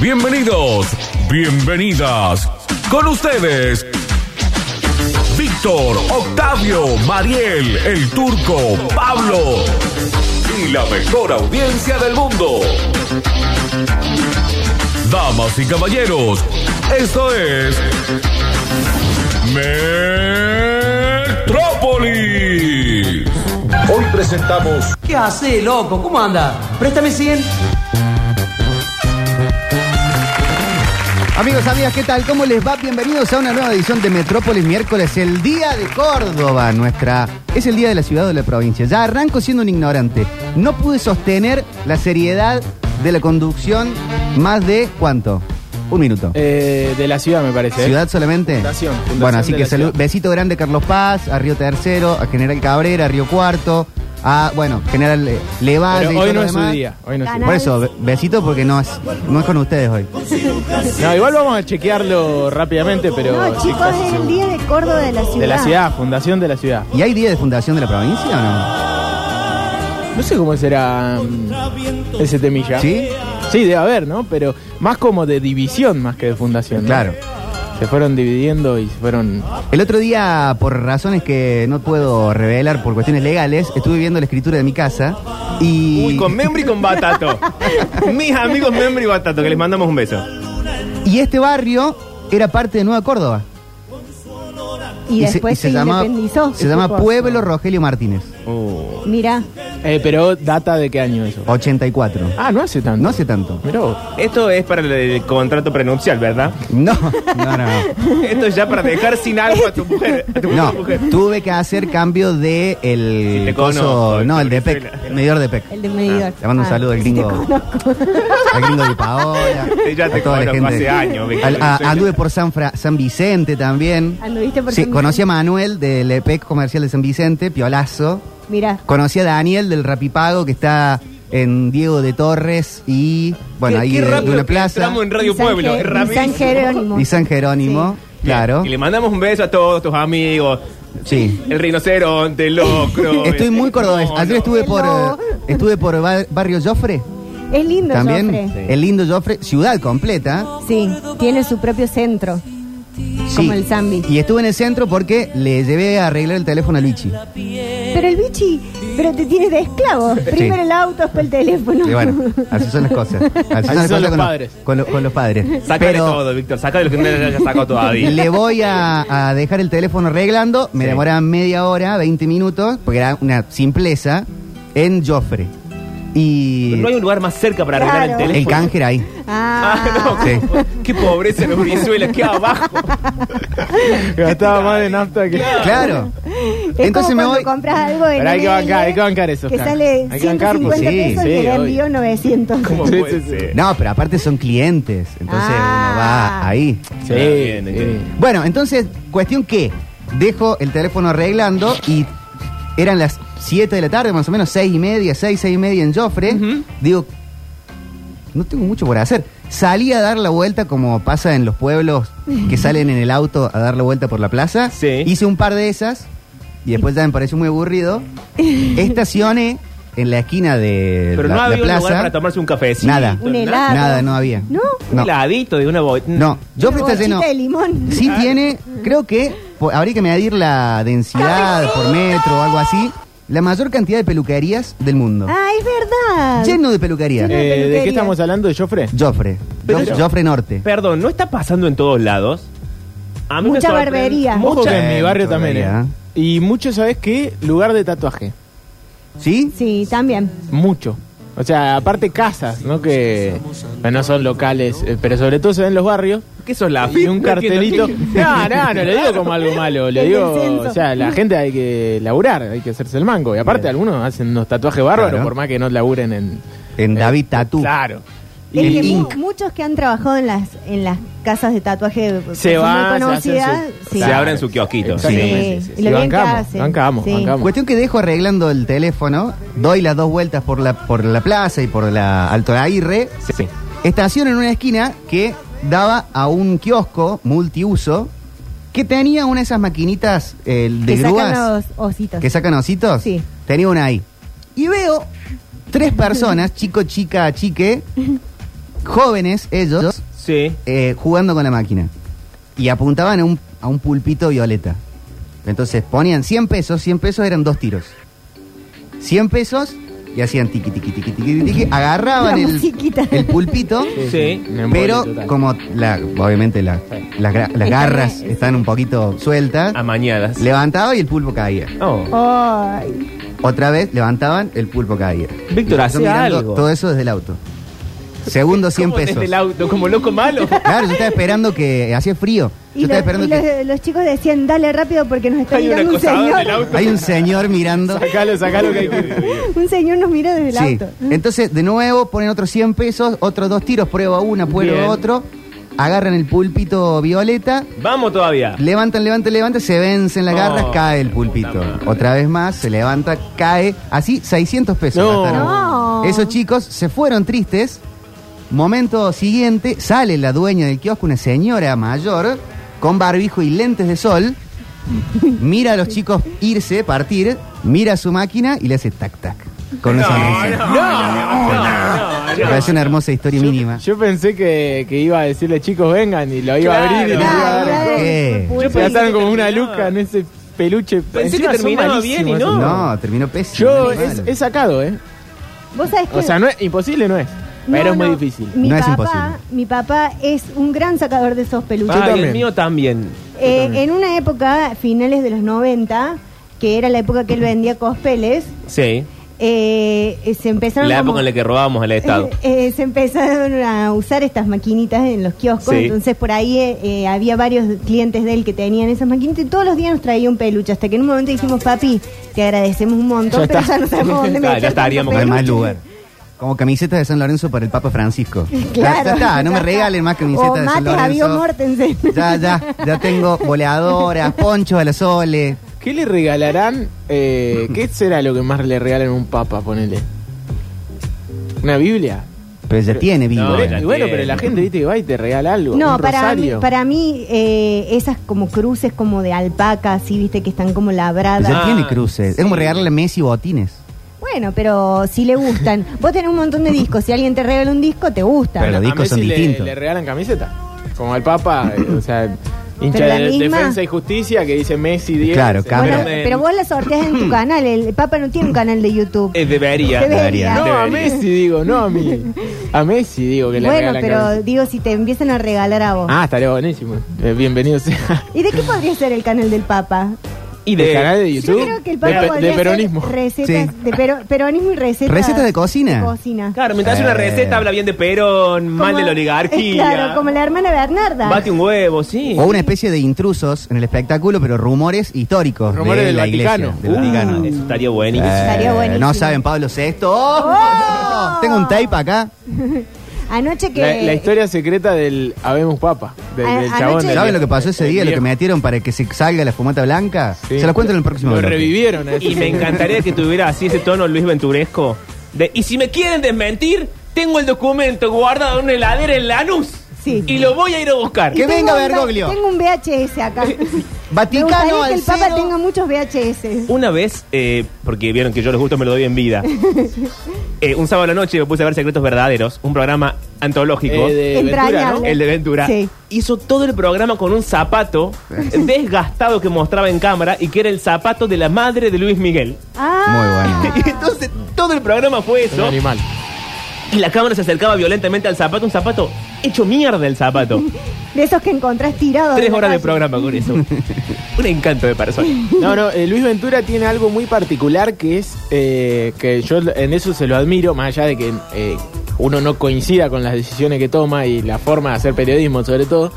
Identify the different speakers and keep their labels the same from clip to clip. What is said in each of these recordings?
Speaker 1: Bienvenidos, bienvenidas. Con ustedes, Víctor, Octavio, Mariel, el turco, Pablo y la mejor audiencia del mundo. Damas y caballeros, esto es Metrópolis.
Speaker 2: Hoy presentamos
Speaker 3: ¿Qué hace, loco? ¿Cómo anda? Préstame 100.
Speaker 4: Amigos, amigas, ¿qué tal? ¿Cómo les va? Bienvenidos a una nueva edición de Metrópolis miércoles, el día de Córdoba, nuestra... Es el día de la ciudad o de la provincia. Ya arranco siendo un ignorante. No pude sostener la seriedad de la conducción más de... ¿Cuánto? Un minuto.
Speaker 5: Eh, de la ciudad, me parece. ¿eh?
Speaker 4: ¿Ciudad solamente?
Speaker 5: Fundación, fundación
Speaker 4: bueno, así
Speaker 5: de
Speaker 4: que
Speaker 5: la
Speaker 4: salud.
Speaker 5: ciudad.
Speaker 4: Besito grande a Carlos Paz, a Río Tercero, a General Cabrera, a Río Cuarto, a, bueno, General eh, Levalle.
Speaker 5: Pero
Speaker 4: y
Speaker 5: hoy
Speaker 4: todo
Speaker 5: no
Speaker 4: lo
Speaker 5: es su
Speaker 4: demás.
Speaker 5: día. Hoy no, es su
Speaker 4: Por eso, be- besito porque no es, no es con ustedes hoy.
Speaker 5: día. No, igual vamos a chequearlo rápidamente, pero.
Speaker 6: No,
Speaker 5: sí,
Speaker 6: chicos, es el día de Córdoba de la ciudad.
Speaker 5: de la ciudad, fundación de la ciudad.
Speaker 4: ¿Y hay día de fundación de la provincia o no?
Speaker 5: No sé cómo será mm, ese temilla.
Speaker 4: ¿Sí?
Speaker 5: Sí, debe haber, ¿no? Pero más como de división más que de fundación. ¿no?
Speaker 4: Claro.
Speaker 5: Se fueron dividiendo y se fueron.
Speaker 4: El otro día, por razones que no puedo revelar por cuestiones legales, estuve viendo la escritura de mi casa y,
Speaker 7: Uy, con Membri y con Batato. Mis amigos Membri y Batato, que les mandamos un beso.
Speaker 4: y este barrio era parte de Nueva Córdoba.
Speaker 6: Y
Speaker 4: se-
Speaker 6: después se, independizó.
Speaker 4: Se llama Pueblo Rogelio Martínez,
Speaker 6: Mira,
Speaker 5: Eh, pero data de qué año eso.
Speaker 4: 84.
Speaker 5: Ah, no hace tanto.
Speaker 4: No hace tanto.
Speaker 5: Mirá vos.
Speaker 7: Esto es para el, el contrato prenupcial, ¿verdad?
Speaker 4: No, no, no.
Speaker 7: Esto es ya para dejar sin algo a tu mujer. A tu
Speaker 4: No,
Speaker 7: Este mujer.
Speaker 4: tuve que hacer cambio de el
Speaker 7: Si te
Speaker 4: coso-
Speaker 7: conozco,
Speaker 4: no, el de
Speaker 7: Venezuela.
Speaker 4: PEC, el medidor de PEC.
Speaker 6: el de medidor.
Speaker 4: Le mando un
Speaker 6: Ah,
Speaker 4: saludo al
Speaker 6: sí te
Speaker 4: gringo. Al gringo de Paola.
Speaker 7: Sí, ya
Speaker 4: a
Speaker 7: te
Speaker 4: toda la
Speaker 7: conozco,
Speaker 4: gente.
Speaker 7: hace años, Vicky
Speaker 4: Al- a-
Speaker 7: Venezuela.
Speaker 4: anduve por San, Fra- San Vicente también.
Speaker 6: Anduviste Ah, por
Speaker 4: Sí,
Speaker 6: San
Speaker 4: conocí a Manuel del EPEC comercial de San Vicente, Piolazo.
Speaker 6: Mira,
Speaker 4: Conocí a Daniel del Rapipago que está en Diego de Torres y, bueno,
Speaker 7: Qué-
Speaker 4: ahí
Speaker 7: qué
Speaker 4: de,
Speaker 7: rápido
Speaker 4: de una
Speaker 7: que
Speaker 4: plaza.
Speaker 7: Entramos en Radio
Speaker 6: San
Speaker 7: Pueblo.
Speaker 6: Ge-
Speaker 7: es rapidísimo.
Speaker 6: San Jerónimo.
Speaker 4: Y San Jerónimo, claro.
Speaker 7: Y le mandamos un beso a todos tus amigos.
Speaker 4: Sí.
Speaker 7: El rinoceronte, el locro.
Speaker 4: Estoy muy cordobés.
Speaker 7: No,
Speaker 4: Ayer
Speaker 7: no.
Speaker 4: estuve
Speaker 6: El
Speaker 4: por
Speaker 6: lobo.
Speaker 4: eh, estuve por bar- Barrio Joffre
Speaker 6: Es lindo
Speaker 4: también.
Speaker 6: Joffre.
Speaker 4: El lindo Joffre, ciudad completa.
Speaker 6: Sí, tiene su propio centro. Como el Zambi.
Speaker 4: Y estuve en el centro porque le llevé a arreglar el teléfono a Luigi.
Speaker 6: Pero el bichi, pero te tiene de esclavo. Primero el auto, después el teléfono.
Speaker 4: Y bueno, así son las cosas. Así,
Speaker 5: son los
Speaker 4: con
Speaker 5: padres.
Speaker 4: con, lo- con los padres.
Speaker 7: Sácale
Speaker 4: Pero
Speaker 7: todo, Víctor. Sácale lo que no le hayas sacado todavía.
Speaker 4: le voy a, a dejar el teléfono arreglando. Me
Speaker 7: Sí.
Speaker 4: demoraba media hora, 20 minutos, porque era una simpleza, en Joffre. Y
Speaker 7: No hay un lugar más cerca para arreglar el
Speaker 6: Claro.
Speaker 7: teléfono.
Speaker 4: el canje era ahí.
Speaker 6: Ah,
Speaker 7: Ah, no.
Speaker 4: Sí.
Speaker 7: Qué pobreza en Venezuela, qué abajo.
Speaker 5: Gastaba más de nafta que.
Speaker 4: Claro.
Speaker 6: es
Speaker 4: Entonces
Speaker 6: como
Speaker 4: me
Speaker 6: cuando
Speaker 4: voy.
Speaker 6: compras algo en
Speaker 5: Pero hay que
Speaker 6: ML,
Speaker 5: bancar, hay que bancar eso,
Speaker 6: Que
Speaker 5: Fran.
Speaker 6: sale
Speaker 5: Hay que bancar,
Speaker 6: 150
Speaker 5: pues,
Speaker 4: sí,
Speaker 6: pesos
Speaker 5: sí,
Speaker 6: y le
Speaker 5: obvio.
Speaker 6: envío 900.
Speaker 7: ¿Cómo
Speaker 5: Sí,
Speaker 7: puede
Speaker 5: sí, sí.
Speaker 7: ser?
Speaker 4: No, pero aparte son clientes. Entonces uno
Speaker 6: Ah.
Speaker 4: va ahí.
Speaker 5: Sí.
Speaker 7: Bien,
Speaker 5: eh,
Speaker 4: Bueno, entonces, cuestión que dejo el teléfono arreglando y eran las 7 de la tarde, más o menos, 6 y media, 6, 6 y media en Joffre. Digo, no tengo mucho por hacer. Salí a dar la vuelta como pasa en los pueblos que salen en el auto a dar la vuelta por la plaza.
Speaker 7: Sí.
Speaker 4: Hice un par de esas y después ya me pareció muy aburrido. Estacioné en la esquina de la,
Speaker 7: Pero no
Speaker 4: la
Speaker 7: había un
Speaker 4: plaza.
Speaker 7: lugar para tomarse un cafecito.
Speaker 4: Nada.
Speaker 6: Un helado.
Speaker 4: Nada, no había.
Speaker 6: Ah, ¿No?
Speaker 7: Un heladito de una bot.
Speaker 4: No, Joffre
Speaker 6: Una
Speaker 4: está lleno.
Speaker 6: bolsita de limón.
Speaker 4: Sí tiene, creo que po- habría que medir la densidad por metro o algo así. La mayor cantidad de peluquerías del mundo.
Speaker 6: Ah, es verdad.
Speaker 4: Lleno de peluquerías.
Speaker 6: Lleno.
Speaker 5: eh, ¿De
Speaker 6: peluquería.
Speaker 5: qué estamos hablando? ¿De Joffre?
Speaker 4: Joffre.
Speaker 7: Pero
Speaker 4: Jof-
Speaker 7: yo-
Speaker 4: Joffre Norte.
Speaker 7: Perdón, ¿no está pasando en todos lados? A mí me
Speaker 6: Mucha
Speaker 7: sorprende.
Speaker 6: barbería.
Speaker 5: Ojo que en
Speaker 4: Mucha-
Speaker 5: mi barrio también.
Speaker 4: Todavía.
Speaker 5: eh. Y mucho, ¿sabes qué? Lugar de tatuaje.
Speaker 4: ¿Sí?
Speaker 6: Sí, también.
Speaker 5: Mucho. O sea, aparte casas, ¿no? Que bueno, no son locales, eh, pero sobre todo se ven en los barrios.
Speaker 7: ¿Qué sos
Speaker 6: Ah,
Speaker 7: la
Speaker 5: Y un cartelito. No, no, no lo digo como algo malo.
Speaker 6: Desde
Speaker 5: Lo
Speaker 6: el
Speaker 5: digo,
Speaker 6: centro.
Speaker 5: o sea, la gente hay que laburar, hay que hacerse el mango. Y aparte, algunos hacen unos tatuajes bárbaros,
Speaker 4: Claro.
Speaker 5: por más que no laburen en.
Speaker 4: En
Speaker 5: eh,
Speaker 4: David Tatú.
Speaker 5: Claro.
Speaker 6: Es
Speaker 4: Y
Speaker 6: que mu-
Speaker 4: Inc.
Speaker 6: muchos que han trabajado en las en las casas de tatuaje que
Speaker 5: Se
Speaker 6: son
Speaker 5: van,
Speaker 6: muy conocidas, sí.
Speaker 7: Se abren su kiosquito.
Speaker 5: Sí,
Speaker 6: Sí,
Speaker 5: sí, sí.
Speaker 6: y lo
Speaker 5: Y
Speaker 6: bien que
Speaker 5: bancamos,
Speaker 6: hacen.
Speaker 5: bancamos,
Speaker 6: Sí.
Speaker 5: bancamos.
Speaker 4: Cuestión que dejo arreglando el teléfono, doy las dos vueltas por la, por la plaza y por la Alto Aguirre.
Speaker 7: Sí.
Speaker 4: Estación en una esquina que daba a un kiosco multiuso que tenía una de esas maquinitas eh, de
Speaker 6: que
Speaker 4: grúas.
Speaker 6: sacan los ositos.
Speaker 4: ¿Que sacan ositos?
Speaker 6: Sí.
Speaker 4: Tenía una ahí. Y veo tres personas, chico, chica, chique, jóvenes ellos
Speaker 7: Sí.
Speaker 4: eh, jugando con la máquina y apuntaban a un, a un pulpito violeta. Entonces ponían 100 pesos, 100 pesos eran dos tiros. 100 pesos y hacían tiqui, tiqui, tiqui, tiqui, tiqui, agarraban
Speaker 6: La
Speaker 4: el,
Speaker 6: musiquita.
Speaker 4: el pulpito.
Speaker 7: Sí.
Speaker 5: Un embole
Speaker 4: Pero
Speaker 5: total.
Speaker 4: como la, obviamente la- las, gra- las garras están un poquito sueltas,
Speaker 7: Ah, Amañadas.
Speaker 4: levantaba y el pulpo caía.
Speaker 7: Oh.
Speaker 6: Ay,
Speaker 4: Otra vez levantaban, el pulpo caía.
Speaker 7: Víctor,
Speaker 4: Yo
Speaker 7: hacía
Speaker 4: mirando
Speaker 7: algo.
Speaker 4: Todo eso desde el auto. Segundo 100
Speaker 7: ¿Cómo
Speaker 4: pesos.
Speaker 7: Desde el auto, como loco malo.
Speaker 4: Claro, yo estaba esperando que hacía frío. Yo
Speaker 6: y
Speaker 4: estaba
Speaker 6: los,
Speaker 4: esperando
Speaker 6: y
Speaker 4: que
Speaker 6: los- los chicos decían, dale rápido porque nos está
Speaker 7: Hay un
Speaker 6: mirando un
Speaker 7: acosador en
Speaker 6: señor.
Speaker 7: el auto.
Speaker 4: hay un señor mirando.
Speaker 5: Sacalo, sacalo que hay que-
Speaker 6: Un señor nos mira desde el
Speaker 4: Sí.
Speaker 6: auto.
Speaker 7: Mm.
Speaker 4: Entonces, de nuevo ponen otros 100 pesos, otros dos tiros, prueba una, prueba
Speaker 7: Bien.
Speaker 4: otro. Agarran el pulpito violeta,
Speaker 7: Vamos todavía.
Speaker 4: Levantan, levantan, levantan, se vencen las
Speaker 7: No,
Speaker 4: garras, cae el
Speaker 7: puta
Speaker 4: pulpito.
Speaker 7: madre.
Speaker 4: Otra vez más, se levanta, cae. Así, 600 pesos.
Speaker 5: No.
Speaker 4: gastaron.
Speaker 6: No.
Speaker 4: Esos chicos se fueron tristes. Momento siguiente, sale la dueña del kiosco, una señora mayor, con barbijo y lentes de sol. Mira a los chicos irse, partir, mira su máquina y le hace tac tac. Con una sonrisa.
Speaker 7: no, Ah,
Speaker 4: Me parece una hermosa historia mínima.
Speaker 5: Yo pensé que, que iba a decirle chicos vengan y lo iba a abrir
Speaker 4: Eh,
Speaker 5: y les iba a
Speaker 6: Claro,
Speaker 5: dar.
Speaker 6: claro. Eh,
Speaker 4: ¿Qué?
Speaker 5: Se
Speaker 7: pensé
Speaker 5: gastaron
Speaker 7: que
Speaker 5: como una
Speaker 7: terminaba.
Speaker 5: luca en ese peluche.
Speaker 7: Pensé
Speaker 5: Encima
Speaker 7: que
Speaker 5: son
Speaker 7: terminaba bien
Speaker 5: malísimos
Speaker 7: y
Speaker 5: esos.
Speaker 7: no.
Speaker 4: No, terminó pésimo.
Speaker 5: Yo
Speaker 4: Muy
Speaker 5: es-
Speaker 4: mal.
Speaker 5: he sacado, ¿eh?
Speaker 6: Vos sabés que...
Speaker 5: O sea, no es imposible, no es.
Speaker 6: No,
Speaker 5: Pero es muy
Speaker 6: no.
Speaker 5: difícil.
Speaker 6: Mi
Speaker 4: No es
Speaker 6: papá,
Speaker 4: imposible.
Speaker 6: Mi papá es un gran sacador de esos peluches.
Speaker 7: Ah, y el
Speaker 5: también.
Speaker 7: mío también.
Speaker 6: Eh, en una época, finales de los 90, que era la época que él vendía cospeles,
Speaker 7: Sí.
Speaker 6: eh, eh, se empezaron
Speaker 7: La
Speaker 6: como-
Speaker 7: época en la que robábamos al Estado.
Speaker 6: Eh, se empezaron a usar estas maquinitas en los kioscos,
Speaker 7: Sí.
Speaker 6: entonces por ahí eh, eh, había varios clientes de él que tenían esas maquinitas y todos los días nos traía un peluche, hasta que en un momento dijimos, papi, te agradecemos un montón,
Speaker 5: Ya
Speaker 6: pero
Speaker 5: está.
Speaker 6: ya no sabemos dónde
Speaker 7: Ya
Speaker 6: meter tanto
Speaker 7: estaríamos
Speaker 4: No hay
Speaker 7: Peluche.
Speaker 4: más lugar. Como camisetas de San Lorenzo para el Papa Francisco. Ya,
Speaker 6: Claro.
Speaker 4: ya está, no me regalen más camisetas
Speaker 6: O
Speaker 4: de San
Speaker 6: mates a Bio
Speaker 4: Lorenzo.
Speaker 6: Mortensen.
Speaker 4: Ya, ya, ya tengo boleadoras, ponchos a la sole.
Speaker 5: ¿Qué le regalarán? eh, ¿Qué será lo que más le regalan a un papa, ponele? ¿Una Biblia?
Speaker 4: Pero ya tiene vivo.
Speaker 7: No,
Speaker 5: Pero-
Speaker 7: ya
Speaker 5: y bueno,
Speaker 7: tiene.
Speaker 5: pero la gente, viste, que va y te regala algo.
Speaker 6: No,
Speaker 5: un
Speaker 6: para mí,
Speaker 5: rosario.
Speaker 6: para mí eh, esas como cruces como de alpaca, así, viste, que están como labradas.
Speaker 4: ya
Speaker 7: Ah,
Speaker 4: tiene cruces.
Speaker 7: sí.
Speaker 4: Es como regalarle a Messi botines.
Speaker 6: Bueno, pero si le gustan. Vos tenés un montón de discos, si alguien te regala un disco, te gusta.
Speaker 4: Pero los
Speaker 5: A
Speaker 4: discos
Speaker 5: Messi
Speaker 4: son
Speaker 5: le-
Speaker 4: distintos.
Speaker 5: Le, regalan camiseta. Como al Papa, eh, o sea, hincha
Speaker 6: Pero la
Speaker 5: de
Speaker 6: misma.
Speaker 5: Defensa y Justicia que dice Messi 10.
Speaker 4: Claro,
Speaker 5: se
Speaker 4: cambia.
Speaker 6: Bueno,
Speaker 4: Cámara.
Speaker 5: pone-
Speaker 6: pero vos la sorteas
Speaker 4: Mm.
Speaker 6: en tu canal. El Papa no tiene un canal de YouTube.
Speaker 7: Eh, debería.
Speaker 6: Debería.
Speaker 5: No, a
Speaker 7: Debería.
Speaker 5: Messi digo, no a mí. A Messi digo que le
Speaker 6: bueno,
Speaker 5: regalan
Speaker 6: pero
Speaker 5: camiseta.
Speaker 6: digo, si te empiezan a regalar a vos.
Speaker 5: Ah, estaría buenísimo. Eh, bienvenido sea.
Speaker 6: ¿Y de qué podría ser el canal del Papa?
Speaker 7: Y
Speaker 5: ¿El canal de
Speaker 6: Yo
Speaker 5: YouTube?
Speaker 6: creo que el
Speaker 5: de,
Speaker 6: Papa
Speaker 5: pe-
Speaker 6: podría
Speaker 5: de peronismo.
Speaker 6: hacer recetas
Speaker 4: Sí.
Speaker 6: de pero- peronismo y recetas.
Speaker 4: ¿Recetas de cocina?
Speaker 6: de cocina.
Speaker 7: Claro, mientras hace una
Speaker 4: Eh.
Speaker 7: receta, habla bien de Perón, mal
Speaker 6: Como-
Speaker 7: de la oligarquía.
Speaker 6: Claro, como la hermana Bernarda.
Speaker 7: Bate un huevo, sí.
Speaker 4: O una especie de intrusos en el espectáculo, pero rumores históricos.
Speaker 5: Rumores
Speaker 4: de
Speaker 5: del
Speaker 4: la
Speaker 5: Vaticano.
Speaker 4: Iglesia, del
Speaker 5: Uh.
Speaker 4: Vaticano.
Speaker 6: Ah.
Speaker 7: Eso estaría buenísimo.
Speaker 4: Eh,
Speaker 6: Estaría buenísimo.
Speaker 4: no saben Pablo VI. ¡Oh!
Speaker 6: ¡Oh!
Speaker 4: Tengo un tape acá.
Speaker 6: Anoche que.
Speaker 5: La, la historia secreta del Habemos Papa. de-
Speaker 6: A-
Speaker 5: del
Speaker 6: anoche-
Speaker 5: chabón. del-
Speaker 4: ¿Saben lo que pasó ese
Speaker 5: del
Speaker 4: día? Lo que
Speaker 5: viejo.
Speaker 4: metieron para que se salga la fumata blanca.
Speaker 5: Sí.
Speaker 4: Se lo cuento en el próximo
Speaker 5: Lo
Speaker 4: bloque.
Speaker 5: revivieron. a ese
Speaker 7: Y me
Speaker 5: señor.
Speaker 7: encantaría que tuviera así ese tono Luis Venturesco. De, y si me quieren desmentir, tengo el documento guardado en una heladera en Lanús.
Speaker 6: Sí.
Speaker 7: Y lo voy a ir a buscar.
Speaker 4: ¿Qué? Que
Speaker 6: Tengo
Speaker 4: venga
Speaker 6: un-
Speaker 4: Bergoglio.
Speaker 6: Tengo un VHS acá. Me
Speaker 4: Vaticano
Speaker 6: gustaría
Speaker 4: al
Speaker 6: que el Papa
Speaker 4: cero.
Speaker 6: tenga muchos VHS.
Speaker 7: Una vez, eh, porque vieron que yo los gustos me lo doy en vida. Eh, un sábado a la noche me puse a ver Secretos Verdaderos, un programa antológico.
Speaker 5: Eh, de Ventura, ¿no?
Speaker 6: Entrañable.
Speaker 7: El de Ventura
Speaker 6: Sí.
Speaker 7: hizo todo el programa con un zapato desgastado que mostraba en cámara y que era el zapato de la madre de Luis Miguel.
Speaker 6: Ah,
Speaker 4: Muy bueno.
Speaker 7: Y entonces todo el programa fue
Speaker 5: Un
Speaker 7: eso.
Speaker 5: animal.
Speaker 7: Y la cámara se acercaba violentamente al zapato, un zapato hecho mierda el zapato.
Speaker 6: De esos que encontrás tirados.
Speaker 7: Tres
Speaker 6: en la
Speaker 7: horas de
Speaker 6: calle.
Speaker 7: programa con eso. Un encanto de persona.
Speaker 5: No, no, eh, Luis Ventura tiene algo muy particular que es eh, que yo en eso se lo admiro, más allá de que eh, uno no coincida con las decisiones que toma y la forma de hacer periodismo sobre todo,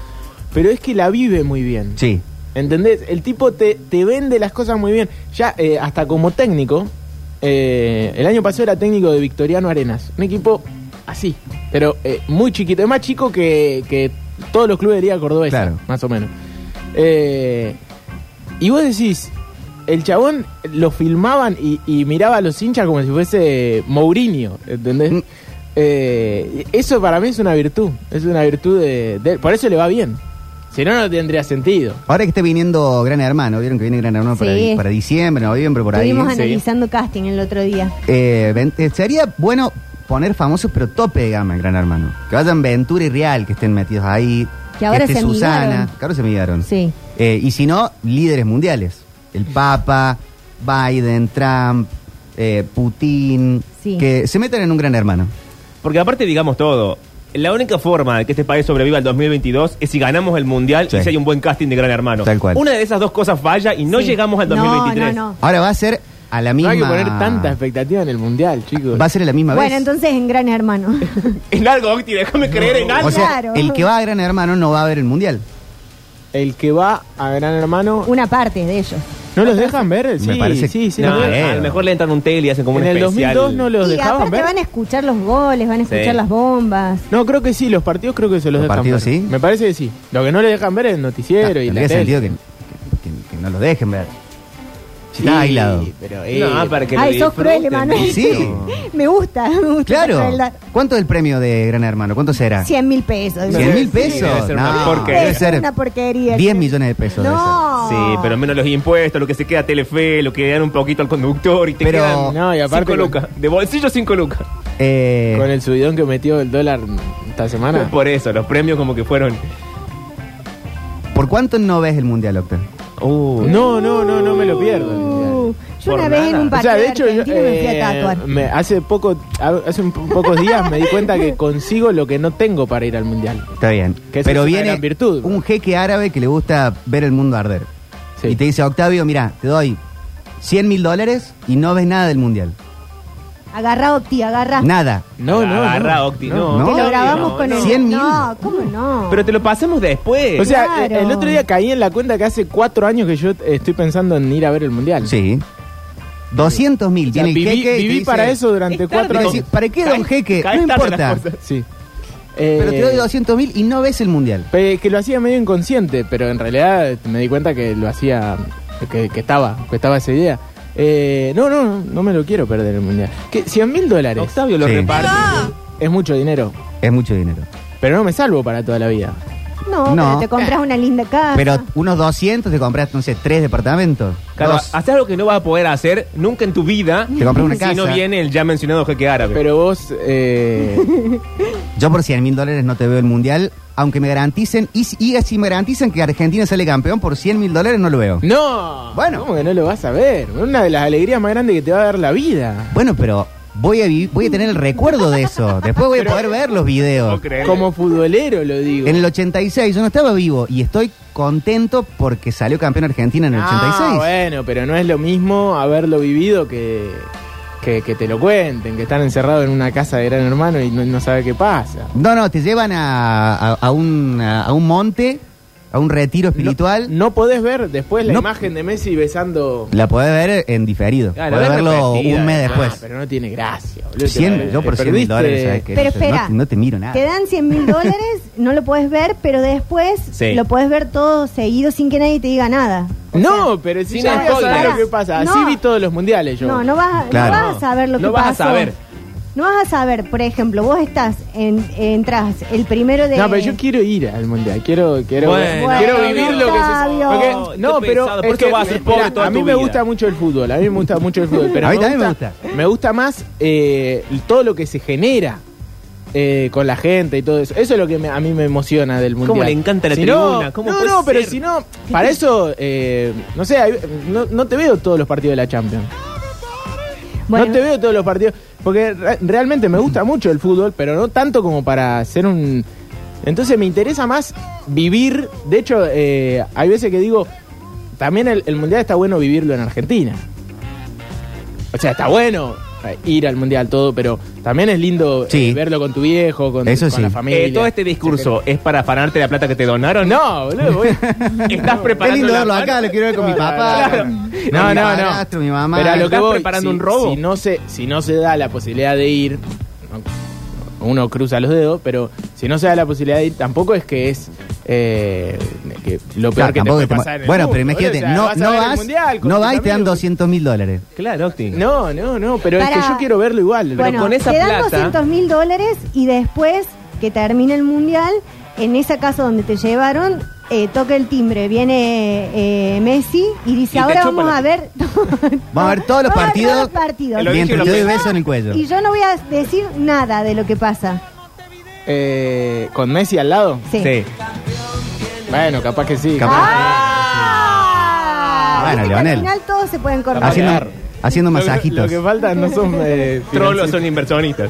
Speaker 5: pero es que la vive muy bien.
Speaker 4: Sí.
Speaker 5: ¿Entendés? El tipo te, te vende las cosas muy bien. Ya, eh, hasta como técnico, eh, el año pasado era técnico de Victoriano Arenas. Un equipo así, pero eh, muy chiquito. Es más chico que, que todos los clubes de Liga Cordobesa,
Speaker 4: Claro.
Speaker 5: más o menos. Eh, y vos decís, el chabón lo filmaban y, y miraba a los hinchas como si fuese Mourinho, ¿entendés?
Speaker 4: Mm.
Speaker 5: Eh, eso para mí es una virtud, es una virtud de, de- Por eso le va bien. Si no, no tendría sentido.
Speaker 4: Ahora que está viniendo Gran Hermano, vieron que viene Gran Hermano para,
Speaker 6: Sí.
Speaker 4: para diciembre, noviembre, por ahí.
Speaker 6: Estuvimos
Speaker 4: Sí.
Speaker 6: analizando casting el otro día.
Speaker 4: Eh, ven- eh, sería bueno poner famosos, pero tope de gama en Gran Hermano. Que vayan Ventura y Real, que estén metidos ahí.
Speaker 6: Que ahora
Speaker 4: esté
Speaker 6: se
Speaker 4: Susana.
Speaker 6: amigaron.
Speaker 4: Que ahora se amigaron.
Speaker 6: Sí.
Speaker 4: Eh, y si no, líderes mundiales. El Papa, Biden, Trump, eh, Putin.
Speaker 6: Sí.
Speaker 4: Que se metan en un Gran Hermano.
Speaker 7: Porque aparte, digamos todo, la única forma de que este país sobreviva al 2022 es si ganamos el Mundial
Speaker 4: Sí.
Speaker 7: y si hay un buen casting de Gran Hermano.
Speaker 4: Tal cual.
Speaker 7: Una de esas dos cosas falla y no
Speaker 6: Sí.
Speaker 7: llegamos al
Speaker 6: No,
Speaker 7: 2023.
Speaker 6: no, no.
Speaker 4: Ahora va a ser a la
Speaker 5: No
Speaker 4: misma.
Speaker 5: hay que poner tanta expectativa en el mundial, chicos.
Speaker 4: Va a ser a la misma
Speaker 6: Bueno,
Speaker 4: vez.
Speaker 6: entonces en Gran Hermano.
Speaker 7: En algo, Octi, déjame creer en algo.
Speaker 4: o sea,
Speaker 6: Claro.
Speaker 4: el que va a Gran Hermano no va a ver el mundial.
Speaker 5: El que va a Gran Hermano.
Speaker 6: Una parte de ellos.
Speaker 5: ¿No los dejan ver?
Speaker 4: Me parece-
Speaker 5: Sí, sí,
Speaker 7: No,
Speaker 5: los dejan.
Speaker 7: a lo mejor le entran un tele y hacen como
Speaker 5: En
Speaker 7: un
Speaker 5: el
Speaker 7: especial.
Speaker 5: 2002 no los
Speaker 6: y aparte
Speaker 5: dejaban ver.
Speaker 6: van a escuchar los goles, van a escuchar
Speaker 7: Sí.
Speaker 6: las bombas.
Speaker 5: No, creo que sí, los partidos creo que se los,
Speaker 4: ¿Los
Speaker 5: dejan
Speaker 4: partidos
Speaker 5: ver.
Speaker 4: sí?
Speaker 5: Me parece que sí. Lo que no le dejan ver es el noticiero y la
Speaker 4: tendría
Speaker 5: tele.
Speaker 4: sentido que, que- que no lo dejen ver. Si
Speaker 5: Sí,
Speaker 4: está aislado.
Speaker 5: pero, eh,
Speaker 7: No, para que lo
Speaker 6: Ay, sos cruel,
Speaker 7: disfruten.
Speaker 6: Emanuel.
Speaker 4: Sí.
Speaker 6: me gusta, me gusta.
Speaker 4: Claro. ¿Cuánto es el premio de Gran Hermano? ¿Cuánto será?
Speaker 6: 100 mil pesos.
Speaker 4: ¿Cien mil
Speaker 7: Sí,
Speaker 4: pesos?
Speaker 7: debe ser una
Speaker 4: no,
Speaker 7: porquería.
Speaker 4: debe ser
Speaker 6: Ah. Una porquería.
Speaker 4: 10 millones de pesos. debe ser.
Speaker 6: No.
Speaker 5: Ah.
Speaker 7: Sí, pero menos los impuestos, lo que se queda a Telefe, lo que dan un poquito al conductor y te
Speaker 4: Pero-
Speaker 7: quedan
Speaker 5: No, y aparte
Speaker 7: cinco
Speaker 5: con-
Speaker 7: lucas. De bolsillo cinco lucas.
Speaker 4: Eh,
Speaker 5: Con el subidón que metió el dólar esta semana.
Speaker 7: Por eso, los premios como que fueron...
Speaker 4: ¿Por cuánto no ves el mundial, Octa?
Speaker 7: Uh,
Speaker 5: No, no, no, no me lo pierdo.
Speaker 6: Uh, yo
Speaker 7: Por
Speaker 6: una vez en
Speaker 7: nada.
Speaker 6: un
Speaker 5: O
Speaker 6: partido
Speaker 5: sea,
Speaker 6: de
Speaker 5: de hecho, yo,
Speaker 6: Argentina me fui
Speaker 5: eh,
Speaker 6: a tatuar.
Speaker 5: me- hace poco, a- hace un po- pocos días me di cuenta que consigo lo que no tengo para ir al mundial.
Speaker 4: Está bien.
Speaker 5: Que esa
Speaker 4: Pero
Speaker 5: es una
Speaker 4: viene
Speaker 5: gran virtud.
Speaker 4: un jeque árabe que le gusta ver el mundo arder.
Speaker 5: Sí.
Speaker 4: Y te dice, Octavio, mira, te doy 100 mil dólares y no ves nada del mundial.
Speaker 6: Agarra, Octi, agarra.
Speaker 4: Nada.
Speaker 5: No, no, no.
Speaker 7: Agarra, Octi, no.
Speaker 4: No.
Speaker 6: Te
Speaker 4: no,
Speaker 6: lo grabamos
Speaker 7: no,
Speaker 6: con
Speaker 7: no.
Speaker 6: el.
Speaker 4: 100 mil.
Speaker 6: No, ¿cómo no?
Speaker 7: Pero te lo pasamos después.
Speaker 5: O sea,
Speaker 6: Claro.
Speaker 5: eh, el otro día caí en la cuenta que hace cuatro años que yo eh, estoy pensando en ir a ver el mundial.
Speaker 4: Sí. 200 mil.
Speaker 5: O sea,
Speaker 4: tiene el
Speaker 5: viví
Speaker 4: jeque y te
Speaker 5: viví
Speaker 4: dice-
Speaker 5: para eso durante
Speaker 7: Es
Speaker 5: cuatro
Speaker 7: tarde,
Speaker 4: Pero
Speaker 5: años.
Speaker 4: si- ¿Para qué don
Speaker 7: Cae-
Speaker 4: jeque?
Speaker 7: cae
Speaker 4: No
Speaker 7: tarde
Speaker 4: importa.
Speaker 7: las cosas.
Speaker 5: Sí.
Speaker 4: Pero te
Speaker 5: Eh,
Speaker 4: doy 200 mil y no ves el mundial.
Speaker 5: pe- que lo hacía medio inconsciente, pero en realidad me di cuenta que lo hacía, que, que estaba, que estaba esa idea. Eh, no, no, no, no me lo quiero perder el mundial. Que 100 mil dólares
Speaker 7: Octavio lo
Speaker 4: Sí.
Speaker 7: reparte.
Speaker 5: es mucho dinero,
Speaker 4: Es mucho dinero.
Speaker 5: pero no me salvo para toda la vida.
Speaker 6: No,
Speaker 4: No.
Speaker 6: pero te compras una linda casa.
Speaker 4: Pero unos 200 te compras, no sé, tres departamentos.
Speaker 7: Claro,
Speaker 4: Dos.
Speaker 7: hacer algo que no vas a poder hacer nunca en tu vida.
Speaker 4: Te compras una
Speaker 7: Si no
Speaker 4: casa.
Speaker 7: viene el ya mencionado jeque árabe.
Speaker 5: Pero vos, eh,
Speaker 4: Yo por 100 mil dólares no te veo el mundial, aunque me garanticen, y, si- y si me garantizan que Argentina sale campeón, por 100 mil dólares no lo veo.
Speaker 5: Mm. no,
Speaker 4: Bueno.
Speaker 5: ¿cómo que no lo vas a ver? Una de las alegrías más grandes que te va a dar la vida.
Speaker 4: Bueno, pero voy a, vi- voy a tener el recuerdo de eso. Después voy a poder ver los videos.
Speaker 7: No creo.
Speaker 5: Como futbolero lo digo.
Speaker 4: En el 86 yo no estaba vivo y estoy contento porque salió campeón Argentina en el
Speaker 5: Ah,
Speaker 4: 86.
Speaker 5: bueno, pero no es lo mismo haberlo vivido que, que, que te lo cuenten, que están encerrados en una casa de gran hermano y no, no sabe qué pasa.
Speaker 4: No, no, te llevan a, a- a un, a, a un monte, a un retiro espiritual.
Speaker 5: No podés ver después la
Speaker 4: No.
Speaker 5: imagen de Messi besando.
Speaker 4: La podés ver en diferido.
Speaker 7: Claro,
Speaker 4: podés
Speaker 7: la ves
Speaker 4: verlo
Speaker 7: repetida,
Speaker 4: un mes
Speaker 7: eh.
Speaker 4: después.
Speaker 5: Ah, pero no tiene gracia, boludo.
Speaker 4: Cien-
Speaker 5: Te-
Speaker 4: yo por
Speaker 5: te
Speaker 4: 100 mil
Speaker 5: perdiste-
Speaker 4: dólares, ¿sabes qué?
Speaker 6: Pero
Speaker 4: No-
Speaker 6: espera.
Speaker 4: No, te miro nada.
Speaker 6: Te dan 100 mil dólares, no lo puedes ver, pero después
Speaker 7: Sí.
Speaker 6: lo puedes ver todo seguido sin que nadie te diga nada.
Speaker 5: No, pero si
Speaker 7: Sin
Speaker 5: ya voy a saber
Speaker 7: spoilers.
Speaker 5: lo que pasa. Así
Speaker 6: No.
Speaker 5: vi todos los mundiales yo.
Speaker 6: No, no vas, no
Speaker 4: Claro.
Speaker 6: vas a saber lo
Speaker 7: No
Speaker 6: que
Speaker 7: vas a
Speaker 6: pasó.
Speaker 7: saber.
Speaker 6: No vas a saber, por ejemplo, vos estás, en, entras el primero de...
Speaker 5: No, pero yo quiero ir al mundial, quiero, quiero,
Speaker 7: Bueno,
Speaker 5: quiero
Speaker 6: Bueno,
Speaker 5: vivir lo que se
Speaker 6: Octavio.
Speaker 5: Porque-
Speaker 7: Qué
Speaker 5: No, pero
Speaker 7: pesado,
Speaker 5: es
Speaker 7: por eso
Speaker 5: que-
Speaker 7: vas a ser pobre
Speaker 5: mira,
Speaker 7: toda
Speaker 5: a mí
Speaker 7: tu
Speaker 5: me
Speaker 7: vida.
Speaker 5: gusta mucho el fútbol, a mí me gusta mucho el fútbol, pero
Speaker 4: A mí
Speaker 5: me
Speaker 4: también me
Speaker 5: gusta, me gusta más eh, todo lo que se genera. eh, con la gente y todo eso. Eso es lo que me- a mí me emociona del mundial.
Speaker 7: le encanta la
Speaker 5: Si no-
Speaker 7: tribuna, cómo
Speaker 5: no,
Speaker 7: puede
Speaker 5: no, pero
Speaker 7: ser.
Speaker 5: si no, para eso, eh, no sé, hay- no, no te veo todos los partidos de la Champions.
Speaker 6: Bueno,
Speaker 5: No te veo todos los partidos. Porque re- realmente me gusta mucho el fútbol, pero no tanto como para ser un. Entonces me interesa más vivir. De hecho, eh, hay veces que digo, también el, el mundial está bueno vivirlo en Argentina. O sea, está bueno eh, ir al mundial todo, pero también es lindo eh,
Speaker 4: Sí.
Speaker 5: verlo con tu viejo, con,
Speaker 4: Eso
Speaker 5: con
Speaker 4: sí.
Speaker 5: la familia.
Speaker 7: Eh, todo este discurso es para afanarte la plata que te donaron.
Speaker 5: No, boludo, voy-
Speaker 7: Estás
Speaker 4: Qué
Speaker 7: preparando.
Speaker 4: lindo
Speaker 7: la
Speaker 4: verlo
Speaker 7: mano?
Speaker 4: acá, lo quiero ver con mi papá.
Speaker 7: Claro.
Speaker 4: con- con
Speaker 5: No,
Speaker 4: mi
Speaker 5: no,
Speaker 4: padrastro,
Speaker 5: no.
Speaker 4: mi mamá.
Speaker 5: Pero a lo que
Speaker 7: ¿Estás
Speaker 5: voy,
Speaker 7: preparando
Speaker 5: si,
Speaker 7: un robo?
Speaker 5: Si no, se, si no se da la posibilidad de ir, no, uno cruza los dedos, pero si no se da la posibilidad de ir, tampoco es que es eh, que lo peor
Speaker 4: Claro,
Speaker 5: que te
Speaker 4: tampoco
Speaker 5: puede
Speaker 4: te-
Speaker 5: pasar en el
Speaker 4: bueno,
Speaker 5: mundo,
Speaker 4: pero
Speaker 5: boludo,
Speaker 4: imagínate,
Speaker 5: o sea,
Speaker 4: no,
Speaker 5: vas a
Speaker 4: no
Speaker 5: ver el
Speaker 4: vas,
Speaker 5: mundial con
Speaker 4: no
Speaker 5: tus
Speaker 4: vas y te dan
Speaker 5: amigos.
Speaker 4: 200 mil dólares.
Speaker 7: Claro, Octi.
Speaker 5: No, no, no, pero es
Speaker 6: Para-
Speaker 5: que yo quiero verlo igual.
Speaker 6: bueno,
Speaker 7: con esa
Speaker 6: te dan
Speaker 7: plata-
Speaker 6: 200 mil dólares y después que termina el mundial, en esa casa donde te llevaron, eh, toca el timbre, viene eh, Messi y dice,
Speaker 7: Y te
Speaker 6: ahora
Speaker 7: chupa
Speaker 6: vamos
Speaker 7: la-
Speaker 6: a ver...
Speaker 4: Vamos a ver todos los
Speaker 6: Vamos a ver
Speaker 4: partidos.
Speaker 6: todos los partidos.
Speaker 7: El origen
Speaker 4: Mientras
Speaker 7: lo
Speaker 4: yo doy
Speaker 7: piensa.
Speaker 4: beso en el cuello.
Speaker 6: Y yo no voy a decir nada de lo que pasa.
Speaker 5: Eh, ¿Con Messi al lado?
Speaker 6: Sí.
Speaker 7: Sí.
Speaker 5: Bueno, capaz que sí.
Speaker 4: Capaz.
Speaker 6: ¡Ah!
Speaker 4: Bueno,
Speaker 6: Viste que
Speaker 4: Leonel.
Speaker 6: Al final todos se pueden cortar.
Speaker 5: Así no-
Speaker 4: Haciendo, haciendo
Speaker 5: Lo que-
Speaker 4: masajitos.
Speaker 5: Lo que falta no son eh,
Speaker 7: Trolos son inversionistas.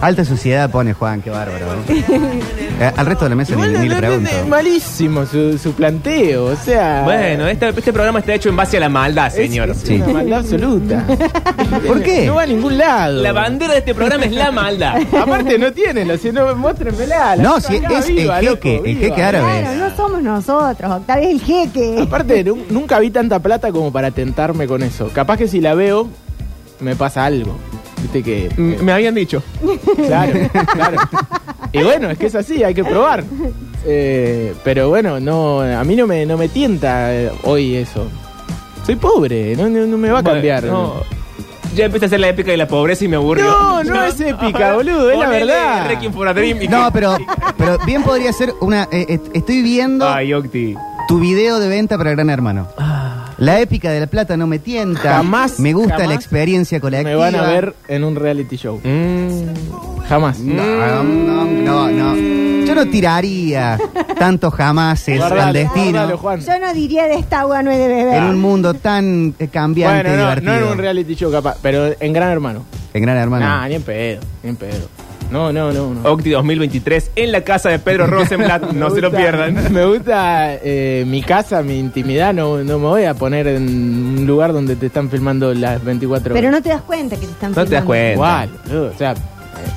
Speaker 4: Alta suciedad pone Juan, qué bárbaro. Eh, al resto de la mesa ni,
Speaker 5: Igual
Speaker 4: ni le
Speaker 5: no- no-
Speaker 4: pregunto.
Speaker 5: no- malísimo su, su planteo, o sea.
Speaker 7: Bueno, este, este programa está hecho en base a la maldad,
Speaker 5: es-
Speaker 7: señor.
Speaker 5: Es,
Speaker 4: Sí.
Speaker 5: una maldad absoluta.
Speaker 4: ¿Por qué?
Speaker 5: No va a ningún lado.
Speaker 7: La bandera de este programa es la maldad.
Speaker 5: Aparte no tienen, o sea, no, muéstrenmela. la
Speaker 4: No,
Speaker 5: cosa
Speaker 4: si
Speaker 5: acá,
Speaker 4: es el jeque, el jeque árabe.
Speaker 6: Claro, no somos nosotros, Octavio es el jeque.
Speaker 5: Aparte, nu- nunca vi tanta plata como para tentarme con eso. Capaz que si la veo, me pasa algo. Viste que. eh,
Speaker 7: M- Me habían dicho.
Speaker 5: Claro, claro. Y bueno, es que es así, hay que probar. Eh, pero bueno, no, a mí no me, no me tienta eh, hoy eso. Soy pobre, no, no- no me va a cambiar.
Speaker 7: No. Ya empecé a hacer la épica de la pobreza y me aburrió.
Speaker 5: No, no es épica,
Speaker 7: Ahora,
Speaker 5: boludo, es la
Speaker 7: ponele
Speaker 5: verdad.
Speaker 7: Requiem for a Dream y
Speaker 4: No,
Speaker 7: que-
Speaker 4: pero, pero bien podría ser una. eh, eh, estoy viendo
Speaker 7: Ay, Octi.
Speaker 4: tu video de venta para Gran Hermano. La épica de la plata no me tienta.
Speaker 5: Ah. Jamás,
Speaker 4: Me gusta
Speaker 5: jamás
Speaker 4: la experiencia colectiva.
Speaker 5: Me van a ver en un reality show. Jamás.
Speaker 4: No, no, no, no. Yo no tiraría tanto jamás el
Speaker 5: Guardalo, guardalo,
Speaker 4: clandestino.
Speaker 5: Juan.
Speaker 6: Yo no diría de esta agua no es de
Speaker 4: En un
Speaker 6: beber.
Speaker 4: mundo tan eh, cambiante y
Speaker 5: Bueno, no,
Speaker 4: divertido.
Speaker 5: no en un reality show capaz, pero en Gran Hermano.
Speaker 4: En Gran Hermano.
Speaker 5: Nah, ni en pedo, ni en pedo. No, no, no, no.
Speaker 7: Octi 2023 en la casa de Pedro Rosenblatt. No
Speaker 5: Me
Speaker 7: se lo
Speaker 5: gusta-
Speaker 7: pierdan.
Speaker 5: Me gusta eh, mi casa, mi intimidad. No, no me voy a poner en un lugar donde te están filmando las 24 horas.
Speaker 6: Pero no te das cuenta que te están
Speaker 7: No te das
Speaker 6: filmando.
Speaker 7: cuenta.
Speaker 5: Igual, boludo, o sea. eh,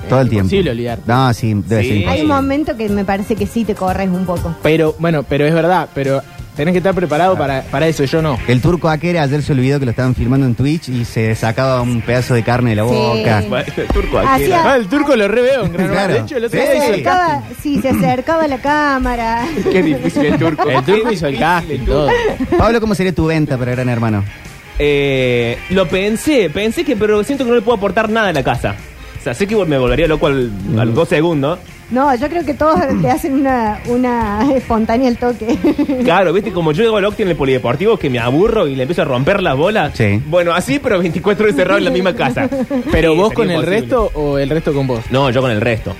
Speaker 4: Todo el tiempo.
Speaker 5: Imposible olvidar.
Speaker 4: No, sí, debe
Speaker 7: Sí.
Speaker 4: ser
Speaker 6: Hay
Speaker 4: imposible.
Speaker 6: un momento que me parece que sí te corres un poco.
Speaker 5: Pero, bueno, pero es verdad, pero tenés que estar preparado para, para eso, yo no.
Speaker 4: El turco Aquera ayer se olvidó que lo estaban filmando en Twitch y se sacaba un pedazo de carne de la
Speaker 6: Sí.
Speaker 4: boca.
Speaker 7: Turco
Speaker 6: Así
Speaker 7: Aquera.
Speaker 6: Ah,
Speaker 5: Ah, el turco lo reveo en Gran
Speaker 4: Claro.
Speaker 5: Hermano. De hecho, el otro
Speaker 4: Sí,
Speaker 5: día
Speaker 6: Se
Speaker 5: hizo el casting.
Speaker 6: acercaba, sí, se acercaba a la cámara.
Speaker 7: Qué difícil el turco.
Speaker 5: El turco hizo el casting, todo.
Speaker 4: Pablo, ¿cómo sería tu venta para Gran Hermano?
Speaker 7: Eh, lo pensé, pensé que, pero siento que no le puedo aportar nada a la casa. O sea, sé que me volvería loco al, al
Speaker 5: Mm.
Speaker 7: dos segundos.
Speaker 6: No, yo creo que todos te hacen una, una espontánea el toque.
Speaker 7: Claro, viste, como yo llego al Octi en el polideportivo, que me aburro y le empiezo a romper las bolas.
Speaker 4: Sí.
Speaker 7: Bueno, así, pero 24 horas cerrado en la misma casa.
Speaker 5: Pero
Speaker 7: Sí,
Speaker 5: vos
Speaker 7: sería
Speaker 5: con el
Speaker 7: imposible.
Speaker 5: resto o el resto con vos.
Speaker 7: No, yo con el resto.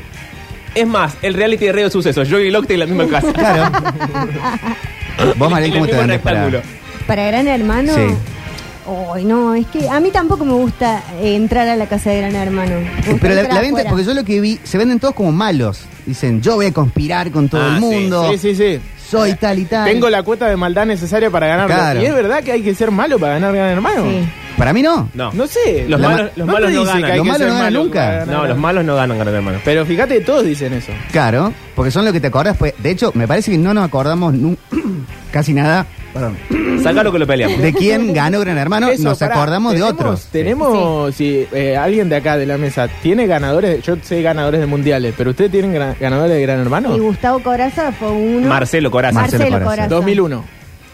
Speaker 7: Es más, el reality de Radio Sucesos, yo y el Octi en la misma casa.
Speaker 4: Claro. Vos, Mariel, ¿cómo
Speaker 7: En
Speaker 4: te
Speaker 7: el mismo
Speaker 4: vendes para...?
Speaker 7: rectángulo.
Speaker 6: Para Gran Hermano.
Speaker 4: Sí.
Speaker 6: Ay, no, es que a mí tampoco me gusta eh, entrar a la casa de Gran Hermano. Me gusta
Speaker 4: Pero la,
Speaker 6: entrar
Speaker 4: la venta,
Speaker 6: afuera.
Speaker 4: porque yo lo que vi, se venden todos como malos. Dicen, yo voy a conspirar con todo
Speaker 7: Ah,
Speaker 4: el
Speaker 7: sí,
Speaker 4: mundo,
Speaker 5: Sí, sí, sí.
Speaker 4: soy tal y tal.
Speaker 5: Tengo la cuota de maldad necesaria para ganarlo.
Speaker 4: Claro.
Speaker 5: Y es verdad que hay que ser malo para ganar Gran Hermano.
Speaker 6: Sí.
Speaker 4: Para mí no.
Speaker 7: No.
Speaker 5: No sé.
Speaker 7: Los
Speaker 5: La-
Speaker 7: malos- los malos
Speaker 5: te
Speaker 7: no
Speaker 5: dice
Speaker 7: ganan.
Speaker 5: que hay
Speaker 4: Los
Speaker 5: que
Speaker 4: malos
Speaker 5: ser
Speaker 4: no ganan
Speaker 5: malo
Speaker 4: nunca.
Speaker 5: para ganar
Speaker 7: No,
Speaker 5: Gran
Speaker 7: los
Speaker 5: Hermano.
Speaker 7: malos no ganan, gran hermano.
Speaker 5: Pero fíjate, todos dicen eso.
Speaker 4: Claro, porque son lo que te acordás. Pues, de hecho, me parece que no nos acordamos nu- casi nada perdón,
Speaker 7: Sácalo que lo peleamos.
Speaker 4: de quién ganó Gran Hermano.
Speaker 5: Eso,
Speaker 4: nos
Speaker 5: pará,
Speaker 4: acordamos de
Speaker 5: tenemos-
Speaker 4: otros.
Speaker 5: Tenemos, si eh, alguien de acá de la mesa tiene ganadores, yo sé ganadores de mundiales, pero ¿ustedes tienen gra- ganadores de Gran
Speaker 6: Y
Speaker 5: Hermano?
Speaker 6: Gustavo Coraza fue uno.
Speaker 7: Marcelo Coraza.
Speaker 4: Marcelo
Speaker 6: Marcelo
Speaker 4: Corazza.
Speaker 6: Coraza.
Speaker 5: 2001.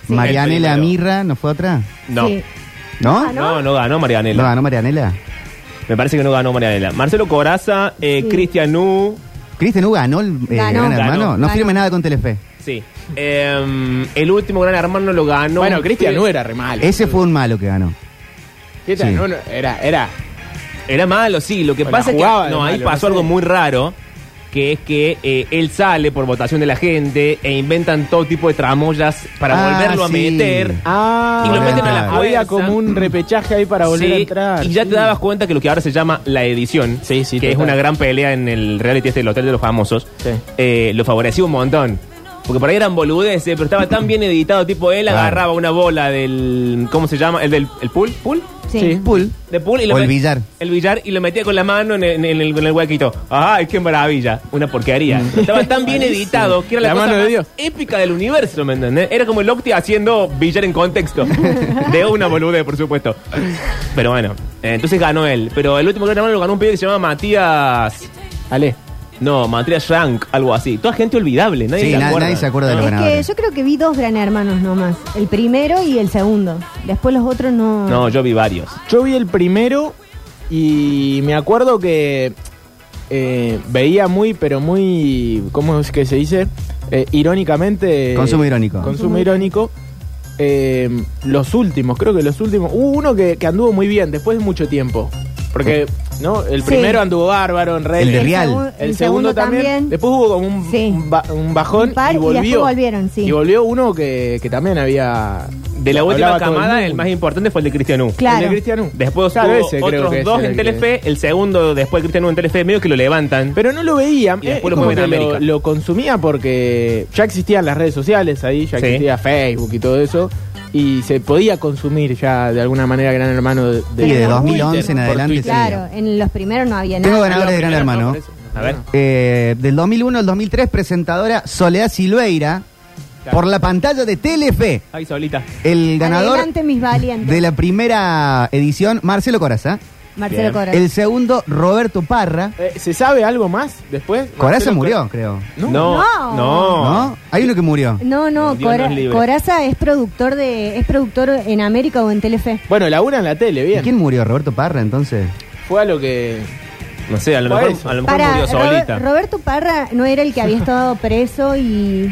Speaker 6: Sí.
Speaker 4: Marianela
Speaker 7: El primero.
Speaker 4: Mirra, ¿no fue otra?
Speaker 7: No.
Speaker 6: Sí.
Speaker 4: ¿No?
Speaker 6: Ah,
Speaker 7: No, no ganó
Speaker 4: ¿No
Speaker 7: Marianela.
Speaker 4: ganó Marianela?
Speaker 7: Me parece que no ganó Marianela. Marcelo Coraza, eh,
Speaker 6: Sí.
Speaker 7: Cristian Nu.
Speaker 4: ¿Cristian U ganó el eh,
Speaker 6: Ganó.
Speaker 4: Gran Hermano?
Speaker 7: Ganó.
Speaker 4: No
Speaker 6: Ganó.
Speaker 4: firme nada con Telefe.
Speaker 7: Sí. Em, el último gran hermano lo ganó.
Speaker 5: bueno, Cristian no era re malo.
Speaker 4: Ese fue un malo que ganó.
Speaker 5: Cristian
Speaker 4: sí.
Speaker 5: no, no, era, era.
Speaker 7: Era malo, sí. Lo que
Speaker 5: Bueno,
Speaker 7: pasa es que.
Speaker 5: jugaba de
Speaker 7: No, ahí
Speaker 5: malo,
Speaker 7: pasó
Speaker 5: no sé.
Speaker 7: algo muy raro. Que es que eh, él sale por votación de la gente e inventan todo tipo de tramoyas para
Speaker 4: Ah,
Speaker 7: volverlo
Speaker 4: sí.
Speaker 7: a meter.
Speaker 5: Ah,
Speaker 7: Y
Speaker 4: lo meten a la
Speaker 5: Había
Speaker 7: fuerza.
Speaker 5: como un repechaje ahí para volver
Speaker 7: Sí,
Speaker 5: a entrar.
Speaker 7: Y ya
Speaker 5: Sí.
Speaker 7: te dabas cuenta que lo que ahora se llama la edición,
Speaker 5: Sí, sí,
Speaker 7: que es
Speaker 5: total.
Speaker 7: una gran pelea en el reality este del Hotel de los Famosos,
Speaker 5: Sí.
Speaker 7: eh, lo favoreció un montón. Porque por ahí eran boludeces, pero estaba tan bien editado, tipo él
Speaker 4: Claro.
Speaker 7: agarraba una bola del. ¿Cómo se llama? ¿El del el pool? ¿Pool?
Speaker 6: Sí.
Speaker 5: Sí.
Speaker 4: Pool.
Speaker 7: De pool y
Speaker 4: O el
Speaker 7: met-
Speaker 4: billar.
Speaker 7: El billar y lo metía con la mano en el, en el- en el huequito. ¡Ay, qué maravilla! Una
Speaker 5: Mm.
Speaker 7: porquería. Estaba tan bien editado que era la,
Speaker 5: La
Speaker 7: cosa
Speaker 5: mano de
Speaker 7: más
Speaker 5: Dios.
Speaker 7: épica del universo, ¿me entendés? Era como el Octi haciendo billar en contexto. de una bolude, por supuesto. Pero bueno, eh, entonces ganó él. Pero el último gran hermano lo ganó un pibe que se llama Matías.
Speaker 5: Ale.
Speaker 7: No, Matías Rank, algo así. Toda gente olvidable, nadie,
Speaker 4: Sí,
Speaker 7: se,
Speaker 4: na-
Speaker 7: acuerda.
Speaker 4: nadie se acuerda de los
Speaker 6: Es que
Speaker 4: ganadores.
Speaker 6: yo creo que vi dos Gran Hermanos nomás. El primero y el segundo. Después los otros no.
Speaker 7: No, yo vi varios.
Speaker 5: Yo vi el primero y me acuerdo que eh, veía muy, pero muy, ¿cómo es que se dice? Eh, irónicamente...
Speaker 4: Consumo irónico.
Speaker 5: Consumo irónico. eh, los últimos, creo que los últimos. Hubo uno que, que anduvo muy bien después de mucho tiempo. Porque, ¿no? El
Speaker 6: Sí.
Speaker 5: primero anduvo bárbaro en redes.
Speaker 4: El de
Speaker 5: El,
Speaker 4: Rihanna. Real.
Speaker 6: segu-
Speaker 5: segundo, también. Después hubo como un,
Speaker 6: Sí.
Speaker 5: un ba- un bajón
Speaker 6: Un par
Speaker 5: y
Speaker 6: y después
Speaker 5: volvió.
Speaker 6: volvieron, sí.
Speaker 5: Y volvió uno que, que también había.
Speaker 7: De la última
Speaker 5: hablaba todo
Speaker 7: camada, el,
Speaker 5: mundo.
Speaker 7: más importante fue el de Cristian U.
Speaker 6: Claro.
Speaker 5: El de Cristian U.
Speaker 7: Después
Speaker 5: Claro,
Speaker 7: hubo
Speaker 5: ese creo
Speaker 7: otros
Speaker 5: que es
Speaker 7: dos
Speaker 5: el
Speaker 7: en
Speaker 5: que-
Speaker 7: Telefe, el segundo después de Cristian U en Telefe, medio que lo levantan.
Speaker 5: Pero no lo veía,
Speaker 7: Y después
Speaker 5: eh,
Speaker 7: lo
Speaker 5: como
Speaker 7: mueven a
Speaker 5: que lo,
Speaker 7: América.
Speaker 5: lo consumía porque ya existían las redes sociales ahí, ya
Speaker 7: Sí.
Speaker 5: existía Facebook y todo eso, y se podía consumir ya de alguna manera Gran Hermano de,
Speaker 4: Y de 2011 en
Speaker 5: por
Speaker 4: adelante,
Speaker 5: Twitter.
Speaker 6: Claro, en los primeros no había
Speaker 4: Tengo
Speaker 6: nada.
Speaker 4: ganadores de Gran Hermano.
Speaker 7: A ver.
Speaker 4: Eh, del 2001 al 2003, presentadora Soledad Silveira.
Speaker 7: Claro.
Speaker 4: Por la pantalla de Telefe,
Speaker 7: Ahí solita.
Speaker 4: el ganador
Speaker 6: Adelante, mis valientes.
Speaker 4: de la primera edición, Marcelo Coraza.
Speaker 6: Marcelo
Speaker 7: Bien.
Speaker 6: Cora.
Speaker 4: El segundo, Roberto Parra.
Speaker 5: Eh, ¿Se sabe algo más después?
Speaker 4: Coraza
Speaker 5: Marcelo
Speaker 4: murió, creo.
Speaker 5: No.
Speaker 7: No.
Speaker 6: No.
Speaker 7: No.
Speaker 4: ¿No? Hay uno que murió.
Speaker 6: No, no,
Speaker 7: Dios
Speaker 6: Cora-
Speaker 7: nos libre.
Speaker 6: Coraza es productor de es productor en América o en Telefe.
Speaker 5: Bueno, labura en la tele,
Speaker 4: ¿Y
Speaker 5: bien.
Speaker 4: quién murió? Roberto Parra, entonces.
Speaker 5: Fue a lo que...
Speaker 7: No sé, a lo
Speaker 5: Por
Speaker 7: mejor,
Speaker 5: eso.
Speaker 7: a lo mejor murió
Speaker 6: Robe-
Speaker 7: solita.
Speaker 6: Roberto Parra no era el que había estado preso y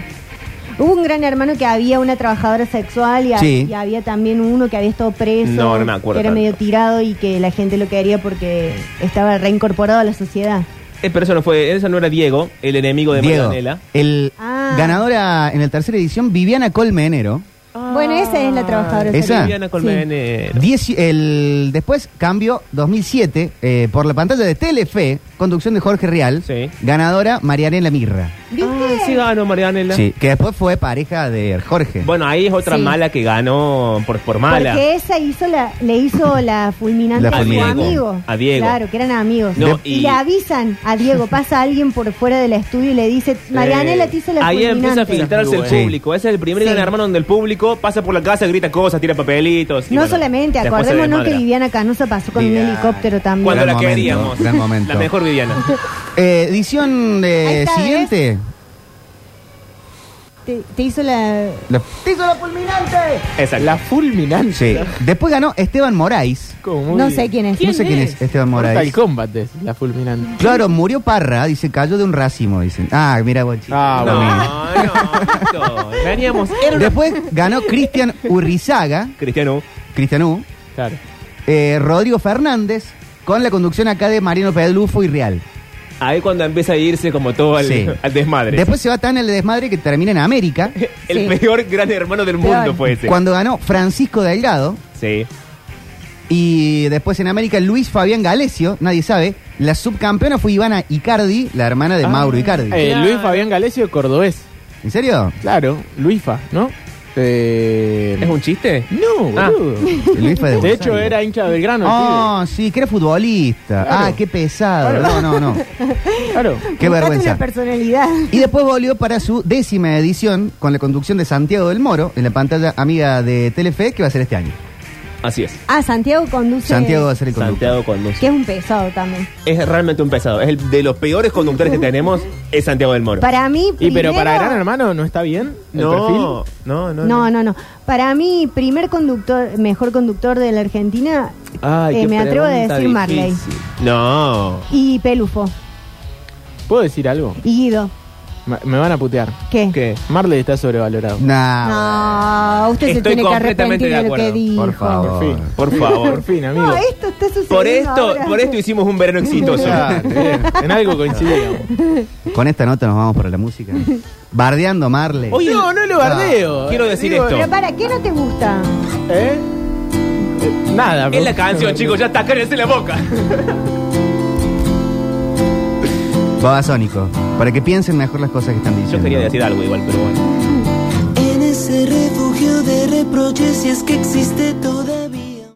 Speaker 6: hubo un gran hermano que había una trabajadora sexual y, ha-
Speaker 4: Sí.
Speaker 6: y había también uno que había estado preso.
Speaker 7: No, no me acuerdo
Speaker 6: Que era
Speaker 7: tanto.
Speaker 6: medio tirado y que la gente lo quería porque estaba reincorporado a la sociedad.
Speaker 7: Eh, pero eso no fue, eso no era Diego, el enemigo de
Speaker 4: Diego.
Speaker 7: Marianela.
Speaker 4: El
Speaker 6: Ah.
Speaker 4: ganadora en la tercera edición, Viviana Colmenero.
Speaker 6: Bueno, esa es la trabajadora
Speaker 4: ¿Esa?
Speaker 6: sexual.
Speaker 7: Viviana Colmenero.
Speaker 4: Dieci- el, después cambio 2007 eh, por la pantalla de Telefe, conducción de Jorge Real,
Speaker 7: Sí.
Speaker 4: ganadora Marianela Mirra,
Speaker 7: Ah,
Speaker 6: ¿Viste?
Speaker 7: sí ganó Marianela.
Speaker 4: sí, que después fue pareja de Jorge.
Speaker 7: Bueno, ahí es otra
Speaker 6: Sí.
Speaker 7: mala que ganó por, por mala.
Speaker 6: Porque esa hizo la, le hizo la fulminante
Speaker 4: La
Speaker 6: a su
Speaker 4: fulminante.
Speaker 6: amigo.
Speaker 7: A Diego.
Speaker 6: Claro, que eran amigos.
Speaker 7: No,
Speaker 6: y...
Speaker 7: y-
Speaker 6: le avisan a Diego, pasa alguien por fuera del estudio y le dice, Marianela te hizo la
Speaker 7: Ahí empieza a
Speaker 6: fulminante.
Speaker 7: filtrarse el
Speaker 5: Sí.
Speaker 7: público. Ese es el primer
Speaker 6: Sí.
Speaker 7: gran hermano donde el público pasa por la casa, grita cosas, tira papelitos. y
Speaker 6: No
Speaker 7: bueno,
Speaker 6: solamente,
Speaker 7: después se
Speaker 6: acordémonos que
Speaker 7: desmadra.
Speaker 6: Viviana Canosa pasó con un
Speaker 4: Viviana.
Speaker 6: helicóptero también.
Speaker 7: Cuando
Speaker 4: Gran
Speaker 7: la
Speaker 4: momento,
Speaker 7: queríamos.
Speaker 4: gran momento.
Speaker 7: La mejor Viviana.
Speaker 4: Eh, edición eh,
Speaker 6: Ahí está,
Speaker 4: siguiente.
Speaker 6: Te, te hizo la...
Speaker 4: La-
Speaker 7: Exacto.
Speaker 5: La fulminante.
Speaker 4: sí. Después ganó Esteban Moraes.
Speaker 5: Como muy-
Speaker 6: No sé quién es.
Speaker 4: no sé quién es Este Esteban
Speaker 5: Mortal
Speaker 4: Moraes.
Speaker 5: Kombat es la fulminante.
Speaker 4: Claro, murió Parra, dice, cayó de un racimo, dicen. Ah, mira, buen chiste.
Speaker 5: Ah,
Speaker 7: no,
Speaker 5: bueno.
Speaker 7: no, no. Veníamos. Era una...
Speaker 4: Después ganó Cristian Urrizaga,
Speaker 7: Cristiano.
Speaker 4: Cristian U,
Speaker 5: Claro.
Speaker 4: eh, Rodrigo Fernández, con la conducción acá de Mariano Pedrufo y Real.
Speaker 7: Ahí cuando empieza a irse como todo al,
Speaker 4: Sí.
Speaker 7: al desmadre.
Speaker 4: Después se va tan al desmadre que termina en América,
Speaker 7: el
Speaker 6: Sí.
Speaker 7: peor gran hermano del
Speaker 6: Peor.
Speaker 7: mundo fue ese.
Speaker 4: cuando ganó Francisco Delgado.
Speaker 7: Sí.
Speaker 4: Y después en América, Luis Fabián Galesio, nadie sabe. La subcampeona fue Ivana Icardi, la hermana de Mauro Icardi.
Speaker 5: Eh, Luis Fabián Galesio es cordobés.
Speaker 4: ¿En serio?
Speaker 5: Claro, Luisfa, ¿no? Eh,
Speaker 7: ¿Es un chiste?
Speaker 5: No,
Speaker 7: Ah.
Speaker 5: boludo.
Speaker 4: Luis fue
Speaker 5: De
Speaker 4: Buenos
Speaker 5: hecho,
Speaker 4: Aires.
Speaker 5: era hincha del grano.
Speaker 4: Oh, sí, que era futbolista.
Speaker 5: Claro.
Speaker 4: Ah, qué pesado.
Speaker 5: Claro.
Speaker 4: No, no, no.
Speaker 5: Claro.
Speaker 4: Qué
Speaker 6: Buscate
Speaker 4: vergüenza.
Speaker 6: una personalidad.
Speaker 4: Y después volvió para su décima edición con la conducción de Santiago del Moro en la pantalla amiga de Telefe que va a ser este año.
Speaker 7: Así es.
Speaker 6: Ah, Santiago conduce...
Speaker 4: Santiago va a ser el conductor.
Speaker 7: Santiago Conduce.
Speaker 6: Que es un pesado también.
Speaker 7: es realmente un pesado. Es el de los peores conductores que tenemos es Santiago del Moro.
Speaker 6: Para mí,
Speaker 5: Y pero para
Speaker 6: primero-
Speaker 5: Gran Hermano no está bien el
Speaker 7: no,
Speaker 5: perfil.
Speaker 7: no, no,
Speaker 6: No, no, no. Para mí, primer conductor, mejor conductor de la Argentina, eh, me atrevo a decir Marley.
Speaker 7: No.
Speaker 6: Y Pelufo.
Speaker 5: ¿Puedo decir algo?
Speaker 6: Y Guido.
Speaker 5: Ma- me van a putear.
Speaker 6: ¿Qué?
Speaker 5: ¿Qué? Marley está sobrevalorado.
Speaker 4: Nah,
Speaker 7: Ah,
Speaker 6: No, usted se
Speaker 7: Estoy
Speaker 6: tiene que
Speaker 7: completamente
Speaker 6: arrepentir de,
Speaker 7: de
Speaker 6: lo que
Speaker 7: acuerdo.
Speaker 6: dijo.
Speaker 4: por favor.
Speaker 5: Por fin.
Speaker 7: Por favor.
Speaker 5: Por fin, amigo.
Speaker 6: No, esto está sucediendo.
Speaker 7: Por esto,
Speaker 6: ahora.
Speaker 7: por esto hicimos un verano exitoso.
Speaker 5: Ah, bien. en algo coincidimos.
Speaker 4: Con esta nota nos vamos para la música. Bardeando Marley.
Speaker 7: Oye, ah,
Speaker 5: no, no lo bardeo.
Speaker 7: Quiero decir
Speaker 5: Digo,
Speaker 7: esto.
Speaker 6: Pero para, ¿qué no te gusta?
Speaker 5: ¿Eh? Eh, Nada,
Speaker 7: Es la
Speaker 5: pero-
Speaker 7: canción, chicos, ya está, cállense la boca.
Speaker 4: Babasónico. Para que piensen mejor las cosas que están diciendo.
Speaker 7: Yo quería decir algo igual, pero bueno.
Speaker 8: En ese refugio de reproches, si es que existe todo.